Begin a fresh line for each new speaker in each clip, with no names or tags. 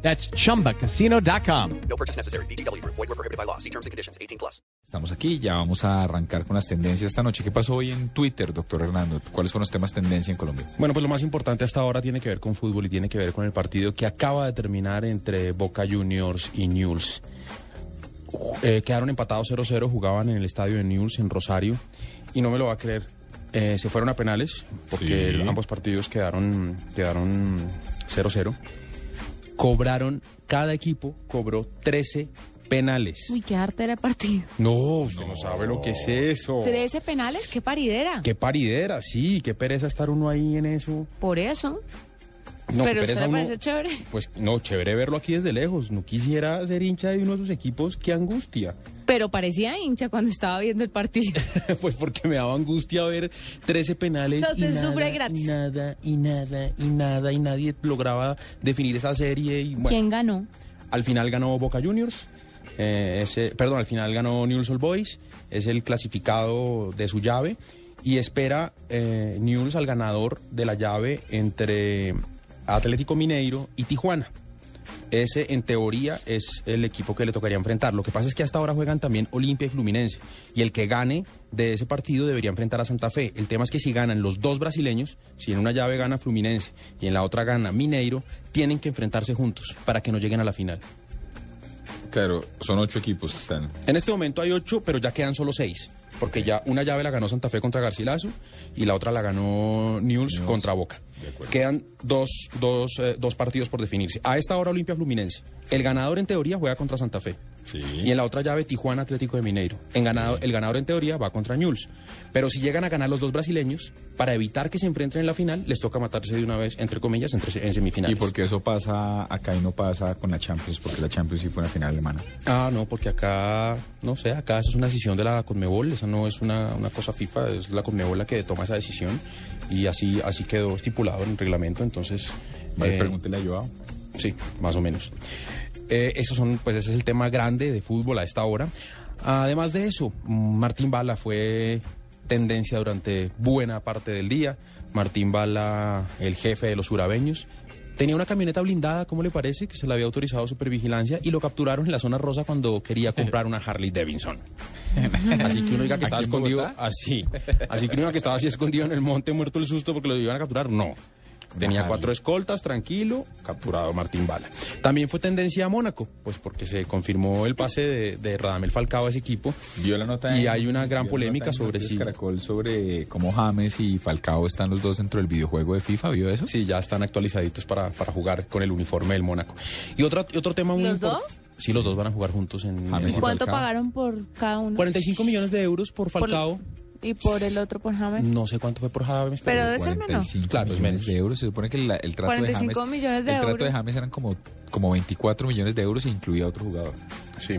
That's chumbacasino.com.
No purchase necessary. BGW. Void were prohibited by law. See terms and conditions. 18 plus.
Estamos aquí, ya vamos a arrancar con las tendencias esta noche. ¿Qué pasó hoy en Twitter, doctor Hernando? ¿Cuáles fueron los temas tendencia en Colombia?
Bueno, pues lo más importante hasta ahora tiene que ver con fútbol y tiene que ver con el partido que acaba de terminar entre Boca Juniors y Newell's. Eh, quedaron empatados 0-0, jugaban en el estadio de Newell's en Rosario y no me lo va a creer. eh, se fueron a penales porque
Sí.
ambos partidos quedaron quedaron 0-0. Cobraron cada equipo cobró 13 penales.
Uy, qué arte era el partido.
No, usted no, sabe lo que es eso.
¿13 penales? ¡Qué paridera!
Oh. Qué paridera, sí, qué pereza estar uno ahí en eso.
Por eso.
No,
Pero
qué
usted
pereza
le
uno-
parece chévere.
Pues no, chévere verlo aquí desde lejos. No quisiera ser hincha de uno de sus equipos. ¡Qué angustia!
Pero parecía hincha cuando estaba viendo el partido.
pues porque me daba angustia ver 13 penales.
O sea, usted
y nada,
sufre gratis.
Y nada, y nada, y nada, y nadie lograba definir esa serie. Y bueno,
¿Quién ganó?
al final ganó Boca Juniors. eh, ese, perdón, al final ganó Newell's Old Boys. Es el clasificado de su llave. Y espera eh, Newell's al ganador de la llave entre Atlético Mineiro y Tijuana. Ese, en teoría, es el equipo que le tocaría enfrentar. Lo que pasa es que hasta ahora juegan también Olimpia y Fluminense. Y el que gane de ese partido debería enfrentar a Santa Fe. El tema es que si ganan los dos brasileños, si en una llave gana Fluminense y en la otra gana Mineiro, tienen que enfrentarse juntos para que no lleguen a la final.
Claro, son ocho equipos que están.
En este momento hay ocho, pero ya quedan solo seis. Porque ya una llave la ganó Santa Fe contra Garcilaso y la otra la ganó Newell's contra Boca. Quedan dos, dos, eh, dos partidos por definirse. A esta hora Olimpia Fluminense. El ganador en teoría juega contra Santa Fe.
Sí.
Y en la otra llave Tijuana Atlético de Mineiro. En ganado, el ganador en teoría va contra Newell's. Pero si llegan a ganar los dos brasileños, para evitar que se enfrenten en la final, les toca matarse de una vez, entre comillas, entre, se- en
¿Y
semifinales.
por qué eso pasa acá y no pasa con la Champions? Porque la Champions sí fue una final alemana.
Ah, no, porque acá, no sé, acá eso es una decisión de la Conmebol, esa no es una, una cosa FIFA, es la Conmebol la que toma esa decisión y así, así quedó estipulado en el reglamento, entonces...
Vale,
eh,
pregúntele a Joao.
Sí, más o menos. Eh, esos son, pues ese es el tema grande de fútbol a esta hora. Además de eso, Martín Bala fue tendencia durante buena parte del día. Martín Bala, el jefe de los urabeños, tenía una camioneta blindada, ¿cómo le parece? Que se le había autorizado supervigilancia y lo capturaron en la zona rosa cuando
Eh.
quería comprar una Harley Davidson. Así que uno diga que estaba
en
escondido
Bogotá?
así. Así que uno diga que estaba así escondido en el monte muerto el susto porque lo iban a capturar. No. Tenía
Harley.
cuatro escoltas, tranquilo, capturado Martín Bala. También fue tendencia a Mónaco, pues porque se confirmó el pase de, de Radamel Falcao a ese equipo.
Vio la nota
Y
en-
hay una gran
vio la
polémica
nota en
sobre
Noticias
si-
Caracol sobre cómo James y Falcao están los dos dentro del videojuego de FIFA, ¿vio eso?
Sí, ya están actualizaditos para, para jugar con el uniforme del Mónaco. Y otro, y otro tema muy
¿Los
impor-
dos?
Sí, los dos van a jugar juntos en,
James
en
y
Mónaco.
¿Cuánto
Falcao.
pagaron por cada uno?
45 millones de euros por
Por-
Falcao.
Y por el otro por James.
No sé cuánto fue por James,
Pero
pero
debe ser menos.
45
Claro, es
millones
menos.
de euros. Se supone que la- el trato de
45
James,
millones de
el trato de
euros.
James eran como, como 24 millones de euros e incluía a otro jugador.
sí.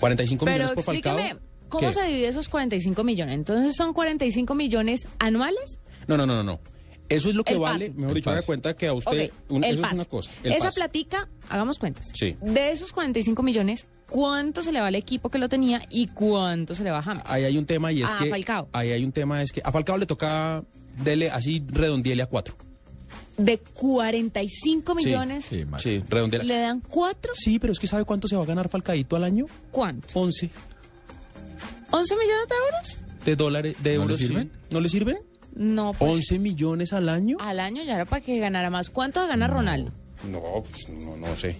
45
Pero
millones por Falcao.
explíqueme, ¿cómo
¿Qué?
se divide esos 45 millones? Entonces, ¿son 45 millones anuales?
No, no, no, no, no. Eso es lo que
El
vale,
pase.
mejor
El
dicho, haga
pase.
cuenta que a usted
Ok,
un-
el
eso
pase.
es una cosa. el
Esa
pase.
platica, hagamos cuentas.
Sí.
De esos 45 millones, ¿cuánto se le va al equipo que lo tenía y cuánto se le va a James?
Ahí hay un tema y es
A
que
Ah, Falcao.
ahí hay un tema es que a Falcao le toca dele así redondiele a cuatro.
De 45
Sí,
millones,
Sí, Max.
Sí, redondiele.
¿le dan cuatro?
Sí, pero es que sabe cuánto se va a ganar Falcaito al año?
¿Cuánto?
11
¿11 millones de euros?
de dólares de
¿No le
euros. sí.
sirven?
¿No le sirven?
No, pues
11 millones al
Oh.
año?
al año ya era para que ganara más. ¿Cuánto gana Ronaldo?
No, pues no, no sé.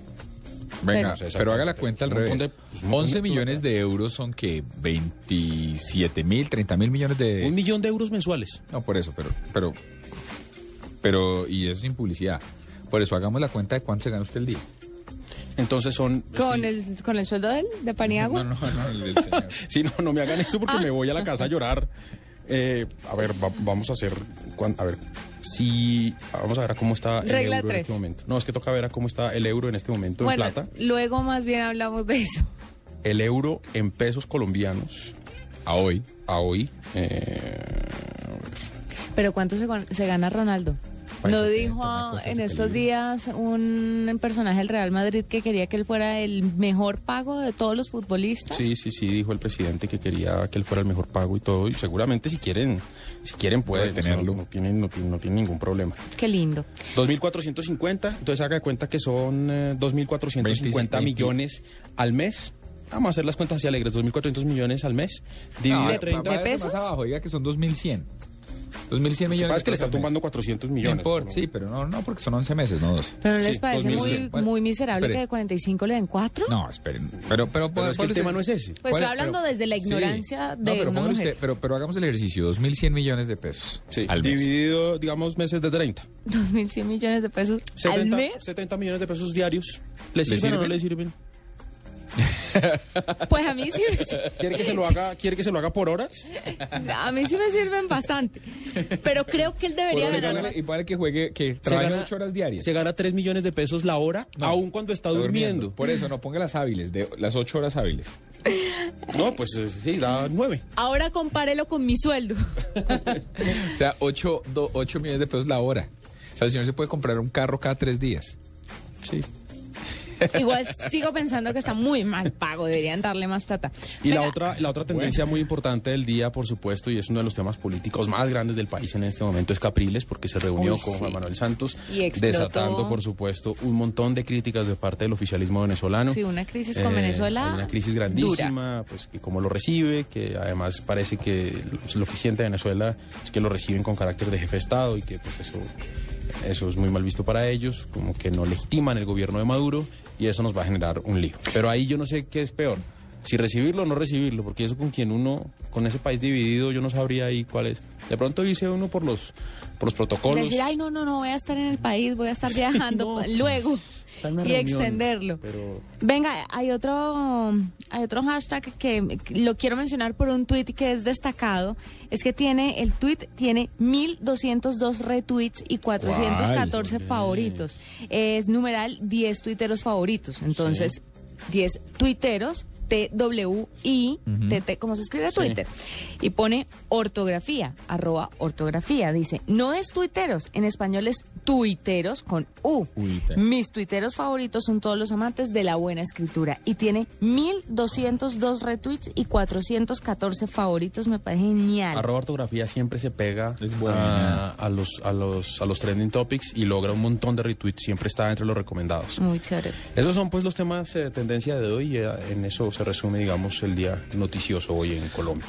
Venga,
Pero-
pero, haga la cuenta al
Un montón
revés.
de- pues, un montón
11
de-
millones de euros son que 27 mil, 30 mil millones de...
Un millón de euros mensuales.
No, por eso, pero, pero, pero, y eso sin publicidad. Por eso hagamos la cuenta de cuánto se gana usted el día.
Entonces son pues,
¿Con,
sí.
el, ¿Con el sueldo de él, de Paniagua?
No, no, no, el del señor.
Sí, no, no me hagan eso
Ah.
porque me voy a la casa a llorar. Eh, a ver, va- vamos a hacer. cuan- A ver, si. Vamos a ver a cómo está el
Regla
euro en
tres.
este momento. No, es que toca ver a cómo está el euro en este momento
Bueno,
en plata.
luego más bien hablamos de eso.
el euro en pesos colombianos
A hoy.
a hoy, eh,
Pero ¿cuánto se, gon- se gana Ronaldo?
Pues,
¿No
eh,
dijo
una cosa es
en estos
peligro.
días un personaje del Real Madrid que quería que él fuera el mejor pago de todos los futbolistas?
Sí, sí, sí, dijo el presidente que quería que él fuera el mejor pago y todo. Y seguramente si quieren, si quieren pueden
Puede
eso no-
tenerlo.
No, tienen, no, tienen- no tienen ningún problema.
Qué lindo.
2.450, entonces haga de cuenta que son eh, 2.450
20.
millones al mes. Vamos a hacer las cuentas así alegres, 2.400 millones al mes. Dividido
¿de-
No,
30.
de
papá, eso
pesos?
Más abajo, diga que son 2.100. 2.100
Lo
millones.
que pasa es que le
de
está
pesos al mes.
tumbando 400
No
millones.
importa, sí, pero no, no, porque son 11 meses, no 12.
¿Pero no les
Sí,
parece
2011.
muy,
Bueno,
muy miserable
espere.
que de 45 le den 4?
No, esperen. Pero, pero,
Pero es que el tema no es ese.
Pues
¿Cuál
estoy
es?
hablando
Pero-
desde la
sí.
ignorancia
No,
de
pero
una
póngale
mujer.
usted- pero, pero hagamos el ejercicio, 2.100 millones de pesos
Sí,
al mes.
dividido, digamos, meses de 30.
2.100 millones de pesos al
70,
mes.
70 millones de pesos diarios. ¿Le sirven, o no
sirven?
le sirven?
Pues a mí sí me,
¿Quiere que se lo haga, quiere que Eh, se lo haga por horas?
a mí sí me sirven bastante. Pero creo que él debería
Se
ganar
gana-
más.
y para que juegue, que
Se
trabaje
gana-
8 horas diarias.
Se gana 3 millones de pesos la hora,
No,
aun cuando está,
está
durmiendo.
Por eso, no ponga las hábiles, de, las 8 horas hábiles.
No, pues eh, sí, da 9.
Ahora compárelo con mi sueldo.
O sea, 8, millones de pesos la hora. O sea, el señor se puede comprar un carro cada 3 días.
Sí.
Igual sigo pensando que está muy mal pago, deberían darle más plata.
Y la
Venga,
otra, la otra tendencia muy importante del día, por supuesto, y es uno de los temas políticos más grandes del país en este momento, es Capriles, porque se reunió
Uy,
con
sí.
Juan Manuel Santos,
Y explotó.
desatando, por supuesto, un montón de críticas de parte del oficialismo venezolano. Eh,
Sí, una crisis con Venezuela
hay Una crisis grandísima, pues que cómo lo recibe, que además parece que lo, lo que siente Venezuela es que lo reciben con carácter de jefe de Estado y que pues eso, eso es muy mal visto para ellos, como que no legitiman el gobierno de Maduro y eso nos va a generar un lío. Pero ahí yo no sé qué es peor. Si recibirlo o no recibirlo, porque eso con quien uno, con ese país dividido, yo no sabría ahí cuál es. De pronto dice uno por los, por los protocolos.
decir, ay, no, no, no, voy a estar en el país, voy a estar viajando pa- luego
en una
y
reunión,
extenderlo.
pero-
Venga, hay otro, hay otro hashtag que que lo quiero mencionar por un tweet que es destacado. Es que tiene, el tweet tiene 1202 retweets y 414 favoritos. Es numeral 10 tuiteros favoritos. Entonces, 10 tuiteros. T-W-I, T-T, como se escribe Twitter. Y pone ortografía, arroba ortografía. Dice, no es tuiteros, en español es tuiteros con U.
Tuiteros.
Mis tuiteros favoritos son todos los amantes de la buena escritura. Y tiene 1202 retweets y 414 favoritos. Me parece genial.
Arroba ortografía siempre se pega
Es buena.
a, a los, a, los, a los trending topics y logra un montón de retweets. Siempre está entre los recomendados.
Muy chévere.
Esos son pues los temas eh, de tendencia de hoy. y, eh, en eso se resume, digamos, el día noticioso hoy en Colombia.